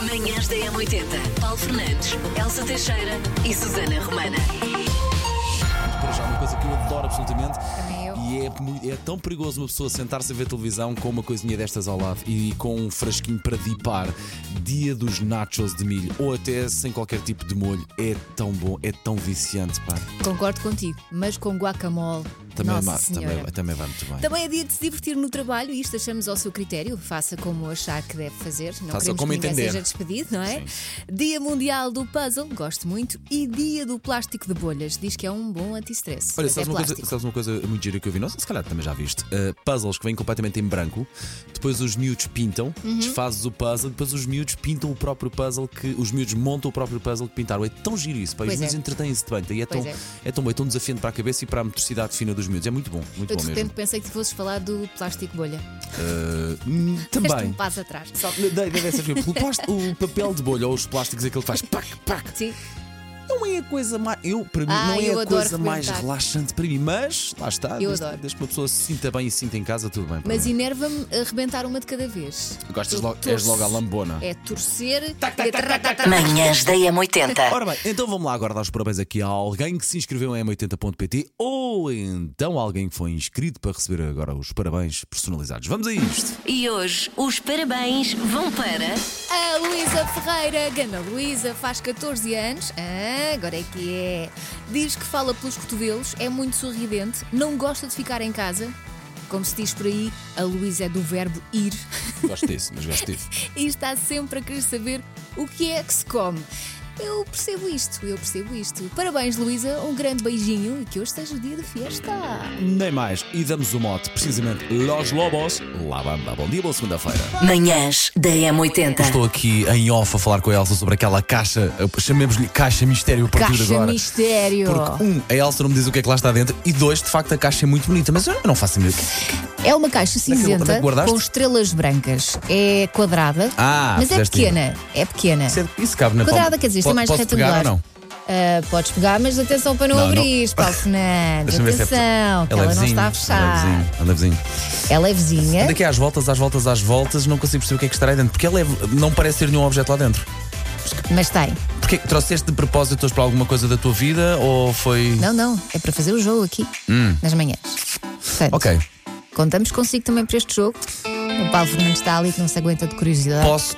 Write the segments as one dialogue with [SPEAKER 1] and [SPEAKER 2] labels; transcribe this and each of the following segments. [SPEAKER 1] Manhãs da M80. Paulo Fernandes, Elsa Teixeira e Susana Romana.
[SPEAKER 2] Para já, uma coisa que eu adoro absolutamente.
[SPEAKER 3] Também eu.
[SPEAKER 2] E é, mui- é tão perigoso uma pessoa sentar-se a ver televisão com uma coisinha destas ao lado e com um frasquinho para dipar, dia dos nachos de milho, ou até sem qualquer tipo de molho. É tão bom, é tão viciante, pá.
[SPEAKER 3] Concordo contigo, mas com guacamole.
[SPEAKER 2] Também,
[SPEAKER 3] Nossa
[SPEAKER 2] ma-
[SPEAKER 3] Senhora.
[SPEAKER 2] também, também vai muito bem.
[SPEAKER 3] Também é dia de se divertir no trabalho e isto deixamos ao seu critério. Faça como achar que deve fazer. Não
[SPEAKER 2] Faça
[SPEAKER 3] queremos
[SPEAKER 2] como
[SPEAKER 3] que ninguém
[SPEAKER 2] entender.
[SPEAKER 3] seja despedido, não é? Dia Mundial do Puzzle, gosto muito. E Dia do Plástico de Bolhas, diz que é um bom anti-stress.
[SPEAKER 2] Olha,
[SPEAKER 3] Até
[SPEAKER 2] sabes uma, coisa,
[SPEAKER 3] plástico.
[SPEAKER 2] sabes uma coisa muito gira que eu vi? Não, sei, se calhar também já viste. Uh, puzzles que vêm completamente em branco, depois os miúdos pintam,
[SPEAKER 3] Uhum.
[SPEAKER 2] desfazes o puzzle, depois os miúdos pintam o próprio puzzle que os miúdos montam o próprio puzzle que pintaram. É tão giro isso, pá. e Os
[SPEAKER 3] Pois
[SPEAKER 2] miúdos
[SPEAKER 3] é.
[SPEAKER 2] entretêm-se de bem. E é tão,
[SPEAKER 3] Pois
[SPEAKER 2] é. tão bom, é tão desafiante para a cabeça e para a motricidade fina dos miúdos. É muito bom, muito
[SPEAKER 3] Eu
[SPEAKER 2] bom
[SPEAKER 3] de repente
[SPEAKER 2] mesmo.
[SPEAKER 3] pensei que fosses falar do plástico bolha.
[SPEAKER 2] Uh, hum,
[SPEAKER 3] Deste um
[SPEAKER 2] também.
[SPEAKER 3] passo atrás.
[SPEAKER 2] Sabe, Dei, dei dessa vez. O, plástico- o papel de bolha ou os plásticos, aquele que faz pac, pac,
[SPEAKER 3] Sim,
[SPEAKER 2] não é a coisa mais. Eu, para mim,
[SPEAKER 3] Ah,
[SPEAKER 2] não
[SPEAKER 3] eu
[SPEAKER 2] é a
[SPEAKER 3] adoro
[SPEAKER 2] coisa mais
[SPEAKER 3] rebentar.
[SPEAKER 2] relaxante para mim, mas lá está.
[SPEAKER 3] Eu
[SPEAKER 2] desde,
[SPEAKER 3] adoro.
[SPEAKER 2] desde que uma pessoa se sinta bem e se sinta em casa, tudo bem. para
[SPEAKER 3] mas
[SPEAKER 2] mim.
[SPEAKER 3] enerva-me arrebentar uma de cada vez.
[SPEAKER 2] Gostas
[SPEAKER 3] Eu
[SPEAKER 2] logo, és
[SPEAKER 3] torço.
[SPEAKER 2] logo à lambona.
[SPEAKER 3] É torcer.
[SPEAKER 1] Manhãs da M80.
[SPEAKER 2] Ora bem, então vamos lá agora dar os parabéns aqui a alguém que se inscreveu em m80.pt ou então alguém que foi inscrito para receber agora os parabéns personalizados. Vamos a isto.
[SPEAKER 1] E hoje os parabéns vão para.
[SPEAKER 3] A Luísa Ferreira, Gana Luísa, faz 14 anos. Ah, agora é que é. Diz que fala pelos cotovelos, é muito sorridente, não gosta de ficar em casa. Como se diz por aí, a Luísa é do verbo ir
[SPEAKER 2] Gosto disso, mas gosto disso.
[SPEAKER 3] e está sempre a querer saber o que é que se come. Eu percebo isto, eu percebo isto. Parabéns, Luísa, um grande beijinho e que hoje seja o dia de fiesta.
[SPEAKER 2] Nem mais. E damos o mote, precisamente, Los Lobos, La Bamba. Bom dia, boa segunda-feira.
[SPEAKER 1] Manhãs da M80.
[SPEAKER 2] Estou aqui em off a falar com a Elsa sobre aquela caixa, chamemos-lhe caixa mistério a partir de
[SPEAKER 3] Caixa
[SPEAKER 2] agora.
[SPEAKER 3] mistério.
[SPEAKER 2] Porque, um, a Elsa não me diz o que é que lá está dentro, e dois, de facto, a caixa é muito bonita, mas eu não faço a mínima.
[SPEAKER 3] É uma caixa
[SPEAKER 2] onde é
[SPEAKER 3] cinzenta
[SPEAKER 2] que guardaste?
[SPEAKER 3] com estrelas brancas. É quadrada,
[SPEAKER 2] Ah,
[SPEAKER 3] mas é
[SPEAKER 2] fizeste
[SPEAKER 3] pequena. É pequena.
[SPEAKER 2] Isso, é, isso cabe na
[SPEAKER 3] Quadrada,
[SPEAKER 2] palma.
[SPEAKER 3] quer dizer, isto é
[SPEAKER 2] Po-
[SPEAKER 3] mais
[SPEAKER 2] posso
[SPEAKER 3] retangular.
[SPEAKER 2] Pegar ou não?
[SPEAKER 3] Ah, podes pegar, mas atenção para não,
[SPEAKER 2] Não, não.
[SPEAKER 3] abrir, Paulo Fernandes.
[SPEAKER 2] Deixa-me ver se
[SPEAKER 3] Atenção,
[SPEAKER 2] é possível.
[SPEAKER 3] que ela não
[SPEAKER 2] levezinho,
[SPEAKER 3] está a
[SPEAKER 2] É
[SPEAKER 3] fechar.
[SPEAKER 2] levezinho, é levezinho.
[SPEAKER 3] É levezinha.
[SPEAKER 2] Daqui às voltas, às voltas, às voltas, não consigo perceber o que é que estará aí dentro. Porque ela é, não parece ter nenhum objeto lá dentro.
[SPEAKER 3] mas tem.
[SPEAKER 2] Porque trouxeste de propósito hoje para alguma coisa da tua vida ou foi.
[SPEAKER 3] Não, não, é para fazer o jogo aqui, nas manhãs. Portanto,
[SPEAKER 2] Hum. Ok.
[SPEAKER 3] Contamos consigo também para este jogo. O Paulo Fernandes está ali que não se aguenta de curiosidade.
[SPEAKER 2] Posso,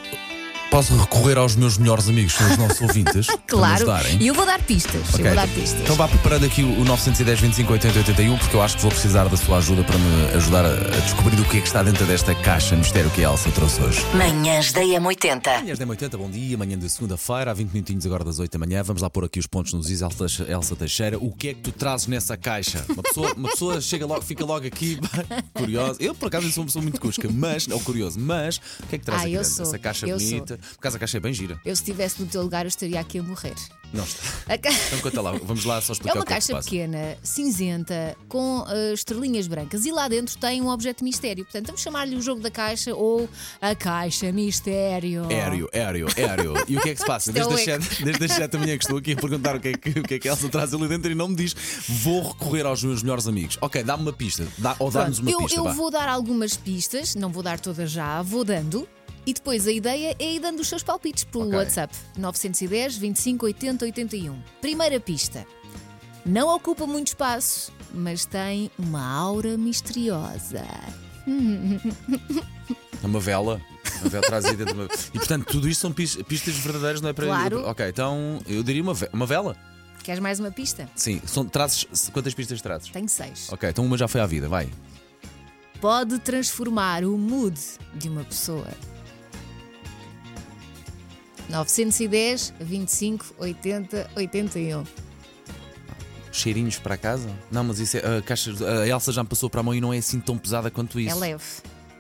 [SPEAKER 2] posso recorrer aos meus melhores amigos, são os nossos ouvintes.
[SPEAKER 3] claro.
[SPEAKER 2] Para nos darem.
[SPEAKER 3] E eu vou dar pistas.
[SPEAKER 2] Ok.
[SPEAKER 3] Eu vou dar pistas.
[SPEAKER 2] Então vá preparando aqui o 910 25 80 81 porque eu acho que vou precisar da sua ajuda para me ajudar a, a descobrir o que é que está dentro desta caixa mistério que a Elsa trouxe hoje.
[SPEAKER 1] Manhãs da M80.
[SPEAKER 2] Manhãs da 80 bom dia. Manhã de segunda-feira, há 20 minutinhos agora das 8 da manhã. Vamos lá pôr aqui os pontos nos is. Elsa Elsa Teixeira, o que é que tu trazes nessa caixa? Uma pessoa, uma pessoa chega logo, fica logo aqui, curiosa. Eu, por acaso, sou uma pessoa muito cusca, mas, ou curioso, mas, o que é que traz
[SPEAKER 3] Ah,
[SPEAKER 2] aqui
[SPEAKER 3] eu
[SPEAKER 2] dentro?
[SPEAKER 3] sou,
[SPEAKER 2] Essa caixa
[SPEAKER 3] eu sou.
[SPEAKER 2] bonita. Por acaso, a caixa é bem gira.
[SPEAKER 3] Eu, se estivesse no teu lugar, eu estaria aqui a morrer.
[SPEAKER 2] Não está.
[SPEAKER 3] A ca-
[SPEAKER 2] Então, conta lá, vamos lá só
[SPEAKER 3] É
[SPEAKER 2] explicar
[SPEAKER 3] uma
[SPEAKER 2] o que é que se
[SPEAKER 3] caixa
[SPEAKER 2] passa.
[SPEAKER 3] pequena, cinzenta, com ah, estrelinhas brancas e lá dentro tem um objeto mistério. Portanto, vamos chamar-lhe o jogo da caixa ou a caixa mistério.
[SPEAKER 2] Aéreo, aéreo, aéreo. E o que é que se passa?
[SPEAKER 3] Isto é
[SPEAKER 2] Desde,
[SPEAKER 3] o
[SPEAKER 2] as
[SPEAKER 3] eco.
[SPEAKER 2] sete- desde as 7 da manhã que estou aqui a perguntar o que, é que, o que é que a Elsa traz ali dentro e não me diz, vou recorrer aos meus melhores amigos. Ok, dá-me uma pista. Dá, ou dá-nos
[SPEAKER 3] Pronto,
[SPEAKER 2] uma
[SPEAKER 3] eu,
[SPEAKER 2] pista.
[SPEAKER 3] eu
[SPEAKER 2] vá.
[SPEAKER 3] vou dar algumas pistas, não vou dar todas já, vou dando. E depois a ideia é ir dando os seus palpites pelo
[SPEAKER 2] Ok.
[SPEAKER 3] WhatsApp 910 25 80 81. Primeira pista. Não ocupa muito espaço, mas tem uma aura misteriosa.
[SPEAKER 2] É Uma vela. Uma vela trazida de uma... E portanto, tudo isto são pis- pistas verdadeiras, não é para.
[SPEAKER 3] Claro.
[SPEAKER 2] Ok, então eu diria uma, ve- uma vela.
[SPEAKER 3] Queres mais uma pista?
[SPEAKER 2] Sim, são, trazes. Quantas pistas trazes?
[SPEAKER 3] Tenho seis.
[SPEAKER 2] Ok, então uma já foi à vida, vai.
[SPEAKER 3] pode transformar o mood de uma pessoa. 910 25 80 81.
[SPEAKER 2] Cheirinhos para casa? Não, mas isso é. A, caixa, a Elsa já me passou para a mão e não é assim tão pesada quanto isso.
[SPEAKER 3] É leve.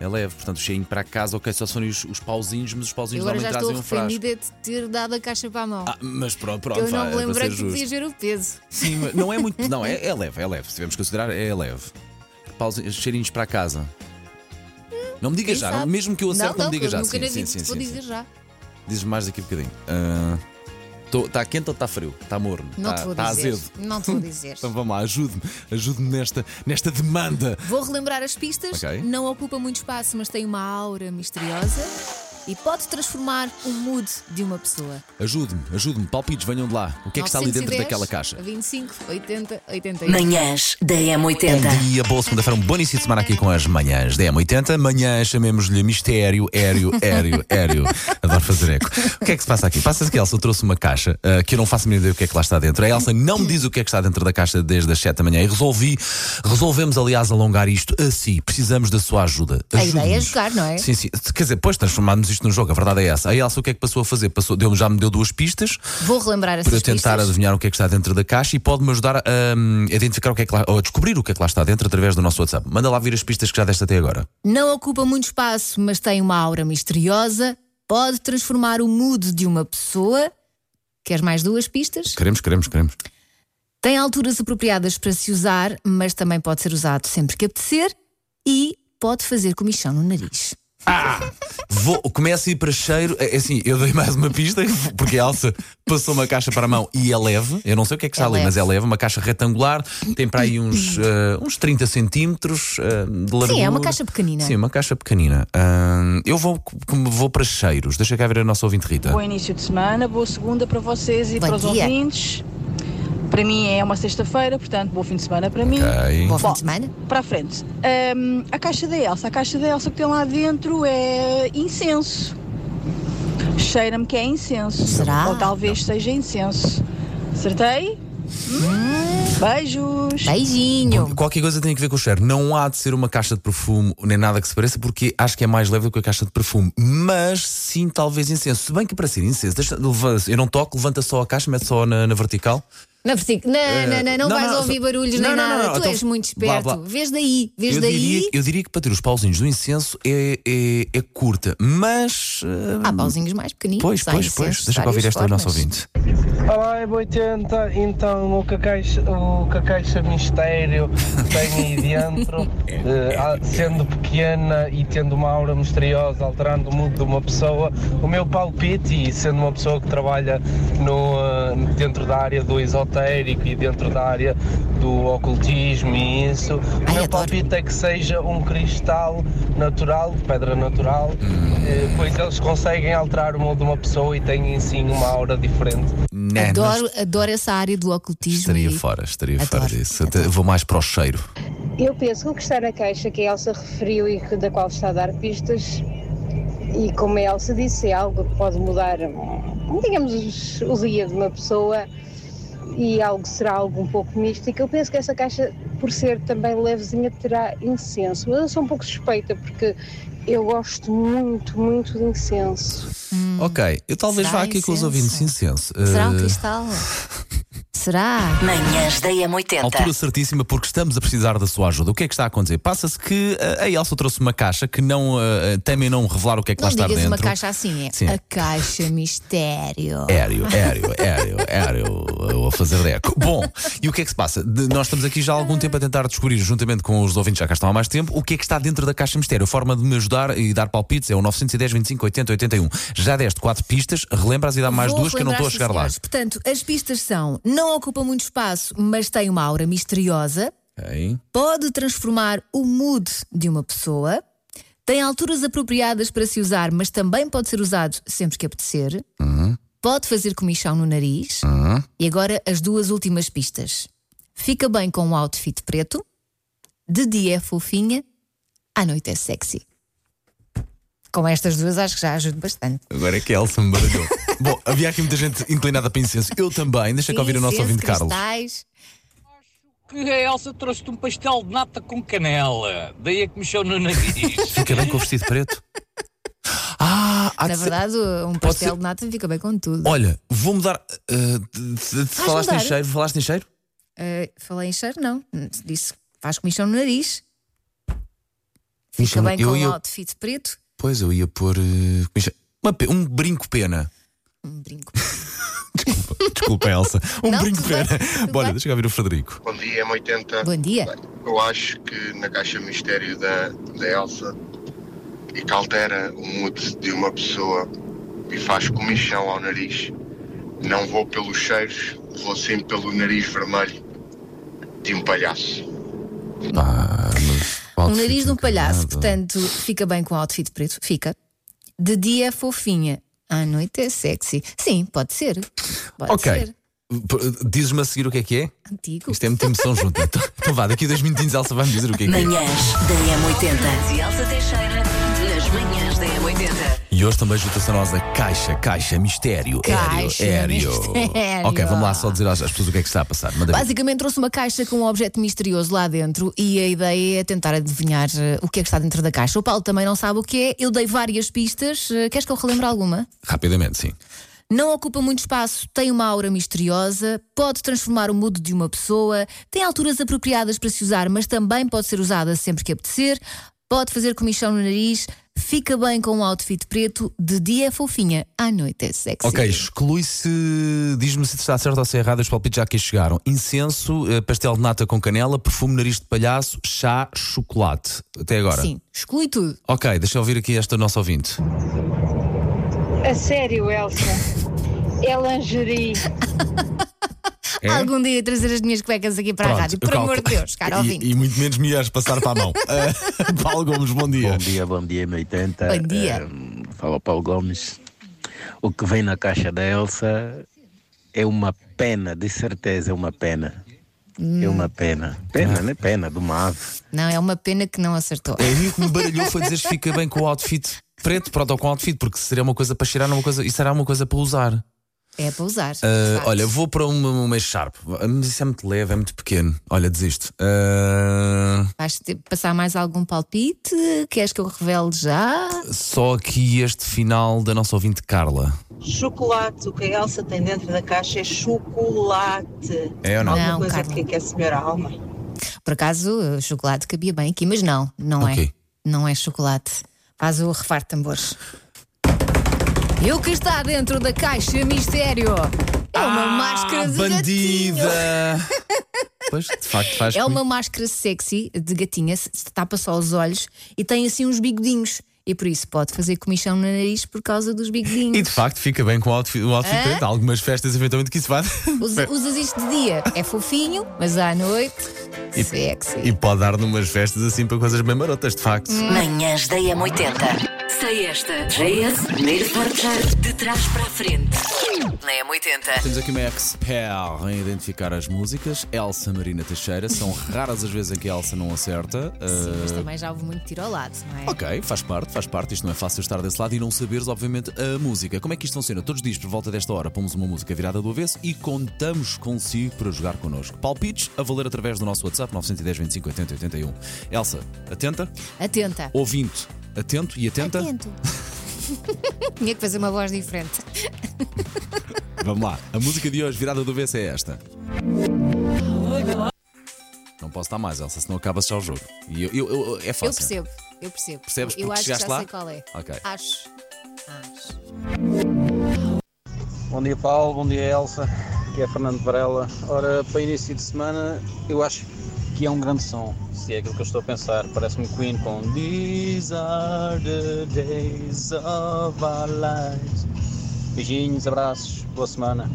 [SPEAKER 2] É leve, portanto, cheirinho para casa, ok, só são os, os pauzinhos, mas os
[SPEAKER 3] Eu
[SPEAKER 2] pauzinhos
[SPEAKER 3] agora já
[SPEAKER 2] normalmente
[SPEAKER 3] estou
[SPEAKER 2] trazem um frasco.
[SPEAKER 3] arrependida de ter dado a caixa para a mão.
[SPEAKER 2] Ah, mas pronto, pronto,
[SPEAKER 3] Eu
[SPEAKER 2] vá,
[SPEAKER 3] não me
[SPEAKER 2] é para ser
[SPEAKER 3] lembrei que
[SPEAKER 2] justo.
[SPEAKER 3] podia ver o peso.
[SPEAKER 2] Sim, mas não é muito. Não, é, é leve, é leve. Se tivermos que considerar, é leve. Pauzinhos, cheirinhos para casa. Não me digas
[SPEAKER 3] quem
[SPEAKER 2] já,
[SPEAKER 3] sabe?
[SPEAKER 2] não- mesmo que eu acerte,
[SPEAKER 3] não,
[SPEAKER 2] não, me digas
[SPEAKER 3] eu
[SPEAKER 2] já.
[SPEAKER 3] Nunca
[SPEAKER 2] sim,
[SPEAKER 3] na
[SPEAKER 2] sim,
[SPEAKER 3] vida
[SPEAKER 2] sim,
[SPEAKER 3] te vou
[SPEAKER 2] sim, sim.
[SPEAKER 3] dizer já.
[SPEAKER 2] Dizes mais daqui a bocadinho. Está quente ou está frio? Está morno?
[SPEAKER 3] Não te
[SPEAKER 2] Está
[SPEAKER 3] vou
[SPEAKER 2] tá
[SPEAKER 3] dizer.
[SPEAKER 2] azedo?
[SPEAKER 3] Não te vou dizer.
[SPEAKER 2] Então vamos lá, ajude-me, ajude-me nesta, nesta demanda.
[SPEAKER 3] Vou relembrar as pistas.
[SPEAKER 2] Ok.
[SPEAKER 3] Não ocupa muito espaço, mas tem uma aura misteriosa. e pode transformar o mood de uma pessoa.
[SPEAKER 2] Ajude-me, ajude-me, palpites, venham de lá. O que é que está ali dentro
[SPEAKER 3] 910,
[SPEAKER 2] daquela caixa?
[SPEAKER 3] 25, 80, 88.
[SPEAKER 1] Manhãs da M80.
[SPEAKER 2] Bom dia, boa segunda-feira, um bom início de semana aqui com as manhãs da M80. Manhã chamemos-lhe mistério, aéreo, aéreo, aéreo. Adoro fazer eco. O que é que se passa aqui? Passa-se que a Elsa trouxe uma caixa ah, que eu não faço a mínima ideia o que é que lá está dentro. A Elsa não me diz o que é que está dentro da caixa desde as 7 da manhã e resolvi, resolvemos aliás alongar isto assim. Precisamos da sua ajuda.
[SPEAKER 3] A ideia é
[SPEAKER 2] Ajude-nos.
[SPEAKER 3] jogar, não é?
[SPEAKER 2] Sim, sim. Quer dizer, depois transformarmos isto num jogo, a verdade é essa. A Elsa o que é que passou a fazer? Passou, deu, já me deu duas pistas
[SPEAKER 3] Vou relembrar
[SPEAKER 2] para eu
[SPEAKER 3] essas
[SPEAKER 2] tentar
[SPEAKER 3] pistas.
[SPEAKER 2] adivinhar o que é que está dentro da caixa e pode-me ajudar a, hum, a identificar o que é que lá, ou a descobrir o que é que lá está dentro através do nosso WhatsApp. Manda lá vir as pistas que já deste até agora.
[SPEAKER 3] Não ocupa muito espaço, mas tem uma aura misteriosa. Pode transformar o mood de uma pessoa. Queres mais duas pistas?
[SPEAKER 2] Queremos, queremos, queremos.
[SPEAKER 3] Tem alturas apropriadas para se usar, mas também pode ser usado sempre que apetecer. E pode fazer comichão no nariz.
[SPEAKER 2] Vou, começo a ir para cheiro. É assim, eu dei mais uma pista, porque a Elsa passou uma caixa para a mão e é leve. Eu não sei o que é que está
[SPEAKER 3] É
[SPEAKER 2] ali,
[SPEAKER 3] leve.
[SPEAKER 2] mas é leve. Uma caixa retangular, tem para aí uns, eh, uns 30 centímetros eh, de largura.
[SPEAKER 3] Sim, é uma caixa pequenina.
[SPEAKER 2] Sim, uma caixa pequenina. Ah, eu vou, como vou para cheiros. Deixa cá ver a nossa ouvinte Rita.
[SPEAKER 4] Bom início de semana, boa segunda para vocês e
[SPEAKER 3] Bom
[SPEAKER 4] para os
[SPEAKER 3] dia.
[SPEAKER 4] ouvintes. Para mim é uma sexta-feira, portanto, bom fim de semana para mim.
[SPEAKER 2] Ok.
[SPEAKER 3] Bom fim
[SPEAKER 4] Bom.
[SPEAKER 3] de semana.
[SPEAKER 4] Para a frente, hum, a caixa da Elsa. A caixa da Elsa que tem lá dentro é incenso. Cheira-me que é incenso.
[SPEAKER 3] Será?
[SPEAKER 4] Ou talvez seja incenso. Acertei?
[SPEAKER 3] Hum?
[SPEAKER 4] Beijos!
[SPEAKER 3] Beijinho.
[SPEAKER 2] Qualquer coisa tem a ver com o cheiro. Não há de ser uma caixa de perfume nem nada que se pareça, porque acho que é mais leve do que a caixa de perfume. Mas sim, talvez incenso. Se bem que para ser incenso, deixa- leva- eu não toco, levanta só a caixa, mete só na, na vertical.
[SPEAKER 3] Não, Francisco, não, não, não, não,
[SPEAKER 2] Eh, não,
[SPEAKER 3] vais
[SPEAKER 2] não,
[SPEAKER 3] ouvir
[SPEAKER 2] só-
[SPEAKER 3] barulhos
[SPEAKER 2] Não,
[SPEAKER 3] nem
[SPEAKER 2] não, não,
[SPEAKER 3] nada.
[SPEAKER 2] não,
[SPEAKER 3] tu
[SPEAKER 2] então-
[SPEAKER 3] és muito
[SPEAKER 2] blá,
[SPEAKER 3] esperto.
[SPEAKER 2] blá.
[SPEAKER 3] Vês daí, vês
[SPEAKER 2] Eu
[SPEAKER 3] daí.
[SPEAKER 2] diria, eu diria que para ter os pauzinhos do incenso é, é- é curta, mas. eh,
[SPEAKER 3] Há pauzinhos mais pequeninos.
[SPEAKER 2] Pois,
[SPEAKER 3] há
[SPEAKER 2] pois,
[SPEAKER 3] incensos
[SPEAKER 2] pois.
[SPEAKER 3] de
[SPEAKER 2] Deixa eu ouvir
[SPEAKER 3] Ah, várias
[SPEAKER 2] esta nossa
[SPEAKER 3] formas.
[SPEAKER 2] ouvinte.
[SPEAKER 5] Olá, é 80. Então, o que a caixa, o que a caixa mistério tem aí dentro, eh, ah, sendo pequena e tendo uma aura misteriosa, alterando o mundo de uma pessoa, o meu palpite, e sendo uma pessoa que trabalha no, ah, dentro da área do esotérico e dentro da área do ocultismo e isso,
[SPEAKER 3] Ai,
[SPEAKER 5] o meu
[SPEAKER 3] adoro.
[SPEAKER 5] palpite é que seja um cristal natural, de pedra natural,
[SPEAKER 3] Hum.
[SPEAKER 5] eh, pois eles conseguem alterar o mundo de uma pessoa e têm, sim, uma aura diferente.
[SPEAKER 2] Né,
[SPEAKER 3] Adoro, adoro essa área do ocultismo.
[SPEAKER 2] Estaria
[SPEAKER 3] e-
[SPEAKER 2] fora, estaria fora
[SPEAKER 3] Adoro,
[SPEAKER 2] disso. Até Vou mais para o cheiro.
[SPEAKER 6] Eu penso que o que está na caixa que a Elsa referiu e que- da qual está a dar pistas, e como a Elsa disse, é algo que pode mudar, hum, digamos, os- o dia de uma pessoa e algo será algo um pouco místico. Eu penso que essa caixa, por ser também levezinha, terá incenso. Mas eu sou um pouco suspeita porque eu gosto muito, muito de incenso.
[SPEAKER 2] ok, eu talvez
[SPEAKER 3] Hum. será
[SPEAKER 2] vá aqui com os
[SPEAKER 3] incenso?
[SPEAKER 2] ouvintes incenso.
[SPEAKER 3] Será um
[SPEAKER 2] Eh,
[SPEAKER 3] cristal? Será?
[SPEAKER 1] Manhãs da
[SPEAKER 2] Altura
[SPEAKER 1] M80.
[SPEAKER 2] certíssima, porque estamos a precisar da sua ajuda. O que é que está a acontecer? Passa-se que eh, a Elsa trouxe uma caixa que não eh, temem não revelar o que é que
[SPEAKER 3] Não
[SPEAKER 2] lá está
[SPEAKER 3] digas
[SPEAKER 2] dentro.
[SPEAKER 3] uma caixa assim, é
[SPEAKER 2] Sim. É,
[SPEAKER 3] a caixa mistério.
[SPEAKER 2] Aéreo, aéreo, aéreo, aéreo, eu a fazer leco. Bom, e o que é que se passa? De- nós estamos aqui já há algum tempo a tentar descobrir, juntamente com os ouvintes já cá estão há mais tempo, o que é que está dentro da caixa mistério. A forma de me ajudar e dar palpites é o 910 25 80 81. Já deste quatro pistas, relembras e dá mais
[SPEAKER 3] Vou
[SPEAKER 2] duas que eu não estou a
[SPEAKER 3] relembrar,
[SPEAKER 2] chegar
[SPEAKER 3] sim,
[SPEAKER 2] lá.
[SPEAKER 3] senhores. Portanto, as pistas são: não ocupa muito espaço, mas tem uma aura misteriosa,
[SPEAKER 2] Ok.
[SPEAKER 3] pode transformar o mood de uma pessoa, tem alturas apropriadas para se usar, mas também pode ser usado sempre que apetecer, pode fazer comichão no nariz. E agora as duas últimas pistas: fica bem com um outfit preto, de dia é fofinha, à noite é sexy. Com estas duas acho que já ajudo bastante.
[SPEAKER 2] Agora é que a Elsa me baralhou. Bom, havia aqui muita gente inclinada para incenso. Eu também. Deixa cá ouvir o nosso
[SPEAKER 3] Incenso,
[SPEAKER 2] ouvinte Carlos.
[SPEAKER 3] cristais.
[SPEAKER 7] que a Elsa trouxe-te um pastel de nata com canela. Daí é que mexeu no nariz.
[SPEAKER 2] Fica bem com o vestido preto? Ah, há
[SPEAKER 3] Na
[SPEAKER 2] de ser-
[SPEAKER 3] verdade, um pastel de nata fica bem com tudo.
[SPEAKER 2] Olha, vou mudar. eh, te- te- te falaste em
[SPEAKER 3] mudar?
[SPEAKER 2] cheiro? Falaste em cheiro?
[SPEAKER 3] Eh, falei em cheiro, não. Disse faz comichão no nariz. Fica
[SPEAKER 2] Comichão no-
[SPEAKER 3] bem
[SPEAKER 2] eu
[SPEAKER 3] com
[SPEAKER 2] ia-
[SPEAKER 3] um outfit preto,
[SPEAKER 2] Pois eu ia pôr. eh, com cheiro. Uma pe- um brinco pena.
[SPEAKER 3] um brinco.
[SPEAKER 2] Desculpa, Elsa. Um
[SPEAKER 3] Não,
[SPEAKER 2] brinco
[SPEAKER 3] tudo bem,
[SPEAKER 2] pena.
[SPEAKER 3] tudo
[SPEAKER 2] Bora,
[SPEAKER 3] bem.
[SPEAKER 2] deixa eu ouvir o Frederico.
[SPEAKER 8] Bom dia, M80.
[SPEAKER 3] Bom dia.
[SPEAKER 8] Eu acho que na caixa mistério da, da Elsa e que altera o mood de uma pessoa e faz comichão ao nariz. Não vou pelos cheiros, vou sim pelo nariz vermelho de um palhaço.
[SPEAKER 2] Ah, mas
[SPEAKER 3] Um
[SPEAKER 2] outfit
[SPEAKER 3] nariz de um palhaço,
[SPEAKER 2] encarnado.
[SPEAKER 3] portanto, fica bem com um outfit preto, fica. De dia é fofinha, à noite é sexy. Sim, pode ser. Pode
[SPEAKER 9] Ok.
[SPEAKER 3] ser.
[SPEAKER 9] P- Dizes-me a seguir o que é que é?
[SPEAKER 3] Antigo.
[SPEAKER 9] Isto é muita emoção junto. Então, então vá, daqui a dois minutinhos a Elsa vai-me dizer o que é que é.
[SPEAKER 1] Manhãs da M80. De Elsa Teixeira, nas manhãs da M80.
[SPEAKER 2] E hoje também junta-se a nós a caixa, caixa, mistério,
[SPEAKER 3] Caixa,
[SPEAKER 2] aéreo, aéreo.
[SPEAKER 3] mistério.
[SPEAKER 2] Ok, vamos lá só dizer às, às pessoas o que é que está a passar. Manda ver.
[SPEAKER 3] Basicamente trouxe uma caixa com um objeto misterioso lá dentro e a ideia é tentar adivinhar eh, o que é que está dentro da caixa. O Paulo também não sabe o que é, eu dei várias pistas. eh, Queres que eu relembre alguma?
[SPEAKER 2] Rapidamente, sim.
[SPEAKER 3] Não ocupa muito espaço, tem uma aura misteriosa, pode transformar o mood de uma pessoa, tem alturas apropriadas para se usar, mas também pode ser usada sempre que apetecer, pode fazer comichão no nariz, fica bem com um outfit preto, de dia é fofinha, à noite é sexy.
[SPEAKER 9] Ok, exclui-se. Diz-me se está certo ou se é errado. Os palpites já aqui chegaram: incenso, eh, pastel de nata com canela, perfume nariz de palhaço, chá, chocolate. Até agora.
[SPEAKER 3] Sim, exclui tudo.
[SPEAKER 9] Ok, deixa eu ouvir aqui esta nossa ouvinte.
[SPEAKER 6] A sério, Elsa. É lingerie.
[SPEAKER 9] É?
[SPEAKER 3] Algum dia trazer as minhas cuecas aqui para
[SPEAKER 9] Pronto,
[SPEAKER 3] a rádio,
[SPEAKER 9] eu
[SPEAKER 3] por
[SPEAKER 9] calco-
[SPEAKER 3] amor de Deus, cara ouvinte.
[SPEAKER 9] e, e muito menos me ias passar para a mão. Eh, Paulo Gomes, bom dia.
[SPEAKER 10] Bom dia, bom dia, 80.
[SPEAKER 3] Bom dia.
[SPEAKER 10] fala Paulo Gomes. O que vem na caixa da Elsa é uma pena, de certeza é uma pena. É uma pena. Pena, né? Pena de uma ave.
[SPEAKER 3] Não, é uma pena que não acertou.
[SPEAKER 9] É, A mim o que me baralhou foi dizer que fica bem com o outfit preto, pronto, ou com o outfit, porque seria uma coisa para cheirar, não é uma coisa, e será uma coisa para usar.
[SPEAKER 3] É para usar.
[SPEAKER 9] Ah,
[SPEAKER 3] exato.
[SPEAKER 9] olha, vou para uma, uma Sharp. Mas isso é muito leve, é muito pequeno. Olha, desisto. Ah,
[SPEAKER 3] Vais ter- passar mais algum palpite? Queres que eu revele já?
[SPEAKER 9] só aqui este final da nossa ouvinte Carla.
[SPEAKER 11] Chocolate, o que a Elsa tem dentro da caixa é chocolate.
[SPEAKER 9] É ou não?
[SPEAKER 3] Não,
[SPEAKER 11] Alguma coisa
[SPEAKER 3] Carla.
[SPEAKER 11] que aquece melhor a alma.
[SPEAKER 3] Por acaso, eh, chocolate cabia bem aqui, mas não, não
[SPEAKER 9] Ok.
[SPEAKER 3] é. Não é chocolate. Faz o refar de tambores. E o que está dentro da caixa mistério? É
[SPEAKER 9] Ah,
[SPEAKER 3] uma máscara de gatinho.
[SPEAKER 9] Bandida! pois, de facto, faz.
[SPEAKER 3] É uma máscara sexy de gatinha, se se tapa só os olhos e tem assim uns bigodinhos. E por isso pode fazer comichão no nariz por causa dos bigodinhos.
[SPEAKER 9] E de facto fica bem com o outfit, o outfit
[SPEAKER 3] Hã?
[SPEAKER 9] preto. Há algumas festas, eventualmente, que isso vai.
[SPEAKER 3] Usa- usas isto de dia, é fofinho, mas à noite, sexy.
[SPEAKER 9] e pode dar numas festas assim para coisas bem marotas, de facto.
[SPEAKER 1] Hum. Manhãs da M80. Sei esta. JS, primeiro forjar de trás para a frente. Na M80.
[SPEAKER 2] Temos aqui uma expert em identificar as músicas, Elsa Marina Teixeira. São raras as vezes em que a Elsa não acerta.
[SPEAKER 3] Sim,
[SPEAKER 2] Ah,
[SPEAKER 3] mas também já houve muito tiro ao lado, não é?
[SPEAKER 2] Ok, faz parte, faz parte. Isto não é fácil estar desse lado e não saberes, obviamente, a música. Como é que isto funciona? Todos os dias, por volta desta hora, pomos uma música virada do avesso e contamos consigo para jogar connosco. Palpites a valer através do nosso WhatsApp 910 25 80 81. Elsa, atenta?
[SPEAKER 3] Atenta.
[SPEAKER 2] Ouvinte, atento e atenta?
[SPEAKER 3] Atento. Tinha que fazer uma voz diferente.
[SPEAKER 2] Vamos lá. A música de hoje, virada do avesso, é esta. Não posso dar mais, Elsa, senão acaba-se já o jogo. E eu, eu- eu- é fácil.
[SPEAKER 3] Eu percebo, eu percebo.
[SPEAKER 2] Percebes
[SPEAKER 3] eu
[SPEAKER 2] porque
[SPEAKER 3] acho que já
[SPEAKER 2] chegaste lá?
[SPEAKER 3] sei qual é.
[SPEAKER 2] Ok.
[SPEAKER 3] Acho. Acho.
[SPEAKER 5] Bom dia, Paulo. Bom dia, Elsa. Aqui é Fernando Varela. Ora, para início de semana, eu acho que é um grande som. Se é aquilo que eu estou a pensar, parece-me Queen com These are the days of our lives. Beijinhos, abraços, boa semana.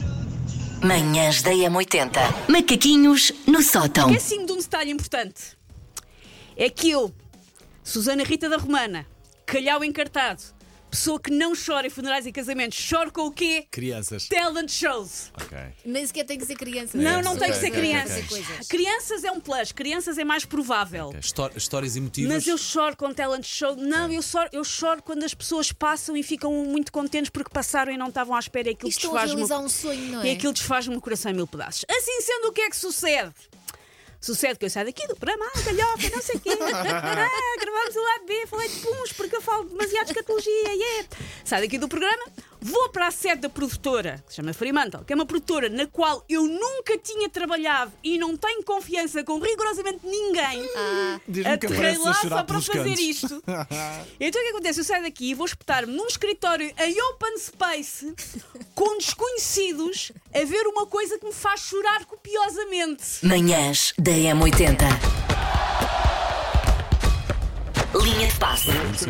[SPEAKER 1] Manhãs da M80. Macaquinhos no sótão.
[SPEAKER 11] Esqueci-me de um detalhe importante. É que eu, Susana Rita da Romana, calhau encartado, pessoa que não chora em funerais e casamentos, choro com o quê?
[SPEAKER 2] Crianças.
[SPEAKER 11] Talent shows.
[SPEAKER 2] Ok.
[SPEAKER 3] Nem sequer tem que ser criança.
[SPEAKER 11] Não, não tem que
[SPEAKER 3] Tem
[SPEAKER 11] ser crianças.
[SPEAKER 3] fazer coisas.
[SPEAKER 11] Crianças é um plus, crianças é mais provável.
[SPEAKER 2] Ok. Histó- Histórias emotivas.
[SPEAKER 11] Mas eu choro com talent show. Não, eu choro, eu choro quando as pessoas passam e ficam muito contentes porque passaram e não estavam à espera e
[SPEAKER 3] E
[SPEAKER 11] aquilo
[SPEAKER 3] Estão a
[SPEAKER 11] desfaz-me.
[SPEAKER 3] realizar um sonho, não é?
[SPEAKER 11] E aquilo desfaz-me o coração em mil pedaços. Assim sendo, o que é que sucede? Sucede que eu saio daqui do programa, ah, galhofa, não sei o quê. Ah, gravamos o lado B, falei de puns, porque eu falo demasiado de escatologia, yeah. Saio daqui do programa, vou para a sede da produtora, que se chama Fremantle, que é uma produtora na qual eu nunca tinha trabalhado e não tenho confiança com rigorosamente ninguém.
[SPEAKER 3] Ah.
[SPEAKER 2] Diz-me que
[SPEAKER 11] Aterrei
[SPEAKER 2] apareces a
[SPEAKER 11] lá
[SPEAKER 2] chorar
[SPEAKER 11] só para
[SPEAKER 2] pelos
[SPEAKER 11] fazer
[SPEAKER 2] cantos.
[SPEAKER 11] isto. Então o que acontece? Eu saio daqui e vou espetar-me num escritório em open space com desconhecidos a ver uma coisa que me faz chorar copiosamente.
[SPEAKER 1] Manhãs da M80. Linha de passe.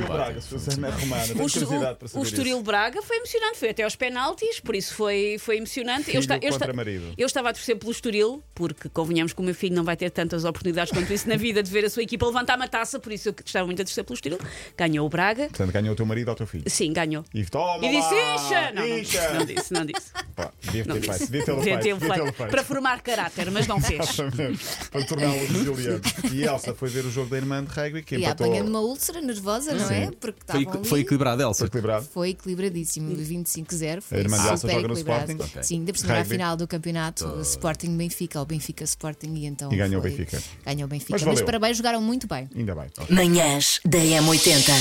[SPEAKER 12] Braga, se fosse na Romana,
[SPEAKER 11] O,
[SPEAKER 12] tenho
[SPEAKER 11] estu-
[SPEAKER 12] curiosidade para
[SPEAKER 11] o
[SPEAKER 12] saber
[SPEAKER 11] Estoril Braga foi emocionante, foi até aos penaltis, por isso foi, foi emocionante.
[SPEAKER 12] Filho
[SPEAKER 11] esta-
[SPEAKER 12] contra
[SPEAKER 11] esta-
[SPEAKER 12] marido.
[SPEAKER 11] eu estava a torcer pelo Estoril, porque convenhamos que o meu filho não vai ter tantas oportunidades quanto isso na vida de ver a sua equipa levantar uma taça, por isso eu estava muito a torcer pelo Estoril. Ganhou o Braga,
[SPEAKER 12] Portanto, ganhou o teu marido ou o teu filho.
[SPEAKER 11] sim, ganhou.
[SPEAKER 12] E toma
[SPEAKER 11] E disse:
[SPEAKER 12] lá,
[SPEAKER 11] Ixa! Não, não,
[SPEAKER 12] Ixa!
[SPEAKER 11] não disse, não disse.
[SPEAKER 12] Pá, devia
[SPEAKER 11] Não
[SPEAKER 12] ter feito,
[SPEAKER 11] disse.
[SPEAKER 12] devia tê-lo
[SPEAKER 11] Devia
[SPEAKER 12] feito,
[SPEAKER 11] tê-lo
[SPEAKER 12] devia tê-lo
[SPEAKER 11] feito,
[SPEAKER 12] feito.
[SPEAKER 11] Para formar caráter, mas não fez.
[SPEAKER 12] Exatamente, para torná-lo resiliente. E Elsa foi ver o jogo da irmã de Régui que
[SPEAKER 3] E
[SPEAKER 12] empatou.
[SPEAKER 3] apanhando uma úlcera nervosa, não é?
[SPEAKER 12] Sim.
[SPEAKER 3] Porque estavam ali.
[SPEAKER 12] equilibrado, Elsa. Foi equilibrado.
[SPEAKER 3] Foi equilibradíssimo, 25-0. Foi
[SPEAKER 12] A irmã dela
[SPEAKER 3] super
[SPEAKER 12] joga no
[SPEAKER 3] equilibrado.
[SPEAKER 12] Sporting? Ok.
[SPEAKER 3] Sim, ainda por cima era a
[SPEAKER 12] Rugby.
[SPEAKER 3] final do campeonato Sporting-Benfica, ou Benfica-Sporting, e então.
[SPEAKER 12] E ganhou o
[SPEAKER 3] foi-
[SPEAKER 12] Benfica.
[SPEAKER 3] Ganhou o Benfica.
[SPEAKER 12] Mas
[SPEAKER 3] Mas,
[SPEAKER 12] valeu.
[SPEAKER 3] parabéns, jogaram muito bem.
[SPEAKER 12] Ainda bem.
[SPEAKER 1] Manhãs da M80.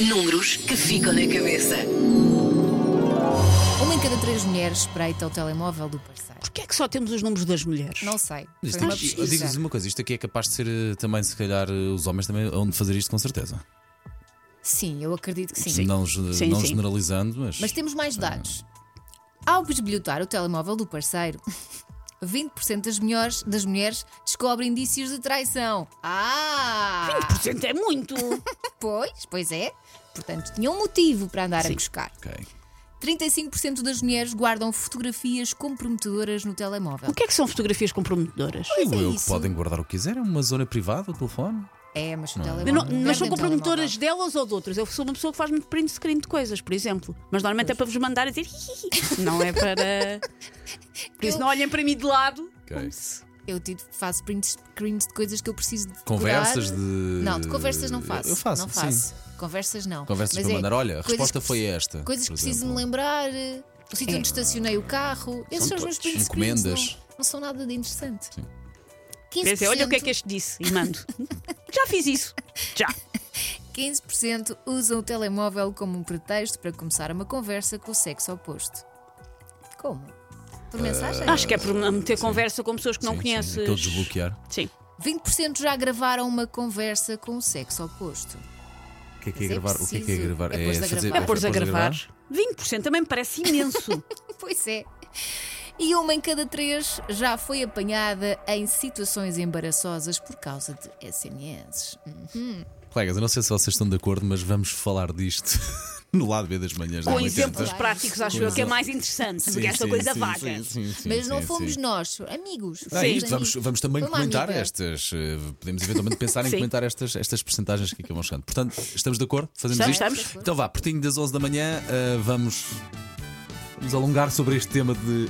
[SPEAKER 1] Números que ficam na cabeça.
[SPEAKER 3] Uma em cada três mulheres espreita o telemóvel do parceiro.
[SPEAKER 11] Porquê é que só temos os números das mulheres?
[SPEAKER 3] Não sei. Foi
[SPEAKER 2] Isto
[SPEAKER 3] uma
[SPEAKER 2] aqui-
[SPEAKER 3] pesquisa.
[SPEAKER 2] Digo-vos uma coisa, isto aqui é capaz de ser eh, também, se calhar, eh, os homens também onde fazer isto com certeza.
[SPEAKER 3] Sim, eu acredito que sim.
[SPEAKER 2] Não, ge-
[SPEAKER 3] Sim,
[SPEAKER 2] não
[SPEAKER 3] sim.
[SPEAKER 2] generalizando, mas.
[SPEAKER 3] Mas temos mais dados. Ao bisbilhotar o telemóvel do parceiro, 20% das mulheres, das mulheres descobrem indícios de traição. Ah!
[SPEAKER 11] 20% é muito!
[SPEAKER 3] pois, pois é. Portanto, tinha um motivo para andar a buscar.
[SPEAKER 2] Ok.
[SPEAKER 3] 35% das mulheres guardam fotografias comprometedoras no telemóvel.
[SPEAKER 11] O que é que são fotografias comprometedoras?
[SPEAKER 2] Digo
[SPEAKER 3] é
[SPEAKER 2] eu que
[SPEAKER 3] isso.
[SPEAKER 2] podem guardar o que quiserem, uma zona privada, o telefone.
[SPEAKER 3] É, mas o
[SPEAKER 2] Não.
[SPEAKER 3] telemóvel.
[SPEAKER 11] Não,
[SPEAKER 3] perdem
[SPEAKER 11] mas são
[SPEAKER 3] o telemóvel.
[SPEAKER 11] comprometedoras delas ou de outras. Eu sou uma pessoa que faz muito print screen de coisas, por exemplo. Mas normalmente é para vos mandar a dizer "Hi, hi, hi". Não é para. Por isso não olhem para mim de lado.
[SPEAKER 3] Eu tiro, faço print screens de coisas que eu preciso de
[SPEAKER 2] Conversas
[SPEAKER 3] decorar.
[SPEAKER 2] de-
[SPEAKER 3] Não, de conversas não faço.
[SPEAKER 2] Eh, Eu faço,
[SPEAKER 3] Não faço.
[SPEAKER 2] sim.
[SPEAKER 3] Conversas não.
[SPEAKER 2] Conversas
[SPEAKER 3] Mas
[SPEAKER 2] para
[SPEAKER 3] é
[SPEAKER 2] mandar, olha, a
[SPEAKER 3] coisas
[SPEAKER 2] resposta
[SPEAKER 3] que-
[SPEAKER 2] foi esta.
[SPEAKER 3] Coisas que
[SPEAKER 2] por
[SPEAKER 3] preciso
[SPEAKER 2] exemplo.
[SPEAKER 3] me lembrar, eh, o sítio
[SPEAKER 2] É.
[SPEAKER 3] onde estacionei o carro. Esses
[SPEAKER 2] São
[SPEAKER 3] são, os meus
[SPEAKER 2] todos.
[SPEAKER 3] print screens,
[SPEAKER 2] Encomendas.
[SPEAKER 3] Não, não são nada de interessante.
[SPEAKER 11] Pensei, olha o que é que este disse e mando. Já fiz isso. Já.
[SPEAKER 3] 15% usam o telemóvel como um pretexto para começar uma conversa com o sexo oposto. Como? Por
[SPEAKER 2] Eh,
[SPEAKER 3] mensagem?
[SPEAKER 11] Acho que é por meter conversa com pessoas que não
[SPEAKER 2] Sim, sim,
[SPEAKER 11] conheces.
[SPEAKER 2] aquele desbloquear.
[SPEAKER 11] Sim.
[SPEAKER 3] 20% já gravaram uma conversa com o sexo oposto.
[SPEAKER 2] O que é que é
[SPEAKER 3] Mas é
[SPEAKER 2] gravar? O que é que é
[SPEAKER 3] preciso-
[SPEAKER 2] gravar?
[SPEAKER 3] é pôr-se a
[SPEAKER 2] fazer-
[SPEAKER 3] gravar. É pôr-se a
[SPEAKER 2] pôr-se
[SPEAKER 3] gravar.
[SPEAKER 11] 20% também me parece imenso.
[SPEAKER 3] Pois é. E uma em cada três já foi apanhada em situações embaraçosas por causa de SMS. Uhum.
[SPEAKER 2] Colegas, eu não sei se vocês estão de acordo, mas vamos falar disto no lado B das manhãs. da
[SPEAKER 11] com
[SPEAKER 2] 80.
[SPEAKER 11] exemplos práticos,
[SPEAKER 2] Com
[SPEAKER 11] acho eu que é
[SPEAKER 2] exemplos.
[SPEAKER 11] mais interessante do
[SPEAKER 2] Sim,
[SPEAKER 11] que esta
[SPEAKER 2] sim,
[SPEAKER 11] coisa
[SPEAKER 2] sim,
[SPEAKER 11] vaga.
[SPEAKER 2] sim, sim, sim,
[SPEAKER 3] Mas não
[SPEAKER 2] sim,
[SPEAKER 3] fomos
[SPEAKER 2] sim.
[SPEAKER 3] nós, amigos.
[SPEAKER 2] Ah,
[SPEAKER 3] fomos
[SPEAKER 2] isto, vamos,
[SPEAKER 3] amigos.
[SPEAKER 2] vamos também
[SPEAKER 3] Foi uma
[SPEAKER 2] comentar
[SPEAKER 3] amiga.
[SPEAKER 2] estas. eh, Podemos eventualmente pensar em
[SPEAKER 3] Sim.
[SPEAKER 2] comentar estas, estas percentagens que aqui vão chegando. Portanto, estamos de acordo? Fazemos
[SPEAKER 11] Estamos,
[SPEAKER 2] isto?
[SPEAKER 11] estamos.
[SPEAKER 2] Então vá, pertinho das 11 da manhã, eh, vamos, vamos alongar sobre este tema de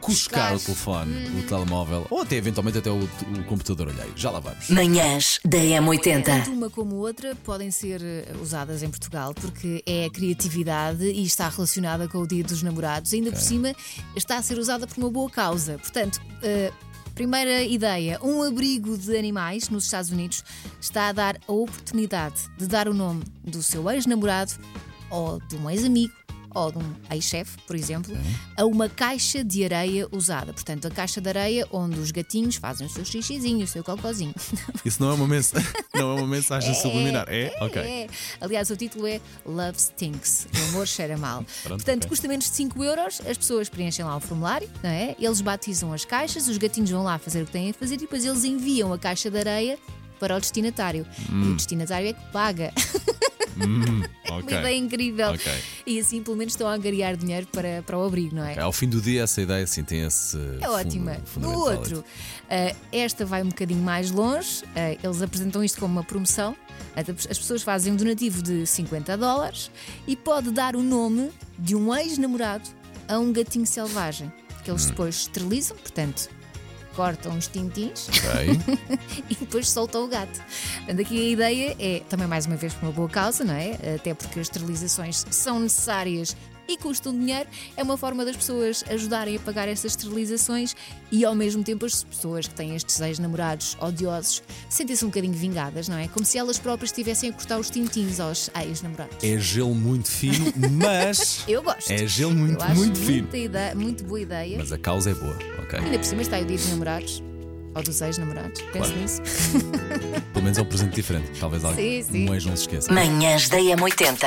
[SPEAKER 2] cuscar o telefone,
[SPEAKER 3] Uhum.
[SPEAKER 2] o telemóvel ou até eventualmente até o, o computador alheio. Já lá vamos.
[SPEAKER 1] Manhãs da
[SPEAKER 3] Tanto
[SPEAKER 1] M80.
[SPEAKER 3] uma como outra podem ser eh, usadas em Portugal porque é a criatividade e está relacionada com o Dia dos Namorados. Ainda por cima, está a ser usada por uma boa causa. Portanto, eh, primeira ideia: um abrigo de animais nos Estados Unidos está a dar a oportunidade de dar o nome do seu ex-namorado ou de um ex-amigo. Ou de um ex-chefe, por exemplo, a uma caixa de areia usada. Portanto, a caixa de areia onde os gatinhos fazem o seu xixizinho, o seu cocôzinho.
[SPEAKER 2] Isso não é uma, mens... não é uma mensagem
[SPEAKER 3] É,
[SPEAKER 2] subliminar. É? Ok.
[SPEAKER 3] É. Aliás, o título é Love Stinks. O amor cheira mal.
[SPEAKER 2] Pronto,
[SPEAKER 3] Portanto,
[SPEAKER 2] ok.
[SPEAKER 3] custa menos de 5 euros. As pessoas preenchem lá o formulário, não é? Eles batizam as caixas, os gatinhos vão lá fazer o que têm a fazer e depois eles enviam a caixa de areia para o destinatário. E o
[SPEAKER 2] Hum.
[SPEAKER 3] destinatário é que paga.
[SPEAKER 2] Hum, ok.
[SPEAKER 3] Uma ideia incrível.
[SPEAKER 2] Ok.
[SPEAKER 3] E assim, pelo menos, estão a angariar dinheiro para, para o abrigo, não é?
[SPEAKER 2] É, Ao fim do dia, essa ideia sim tem esse.
[SPEAKER 3] É ótima.
[SPEAKER 2] Fundo, é
[SPEAKER 3] No outro, ah, esta vai um bocadinho mais longe. Ah, eles apresentam isto como uma promoção. As pessoas fazem um donativo de 50 dólares e pode dar o nome de um ex-namorado a um gatinho selvagem, que eles depois esterilizam, portanto, cortam os tintins
[SPEAKER 2] Ok.
[SPEAKER 3] e depois soltam o gato. Portanto, aqui a ideia é, também mais uma vez por uma boa causa, não é? Até porque as esterilizações são necessárias e custam dinheiro, é uma forma das pessoas ajudarem a pagar essas esterilizações e ao mesmo tempo as pessoas que têm estes ex-namorados odiosos sentem-se um bocadinho vingadas, não é? Como se elas próprias estivessem a cortar os tintins aos ex-namorados.
[SPEAKER 2] É gelo muito fino, mas.
[SPEAKER 3] Eu gosto.
[SPEAKER 2] É gelo muito,
[SPEAKER 3] Eu acho
[SPEAKER 2] muito fino.
[SPEAKER 3] muita ideia- muito boa ideia.
[SPEAKER 2] Mas a causa é boa, ok?
[SPEAKER 3] Ainda por cima está aí o dia dos namorados ou dos ex-namorados. Pense
[SPEAKER 2] Claro.
[SPEAKER 3] nisso.
[SPEAKER 2] Pelo menos é um presente diferente. Talvez algum
[SPEAKER 3] Sim, sim.
[SPEAKER 2] um ex não se esqueça.
[SPEAKER 1] Manhãs da M80.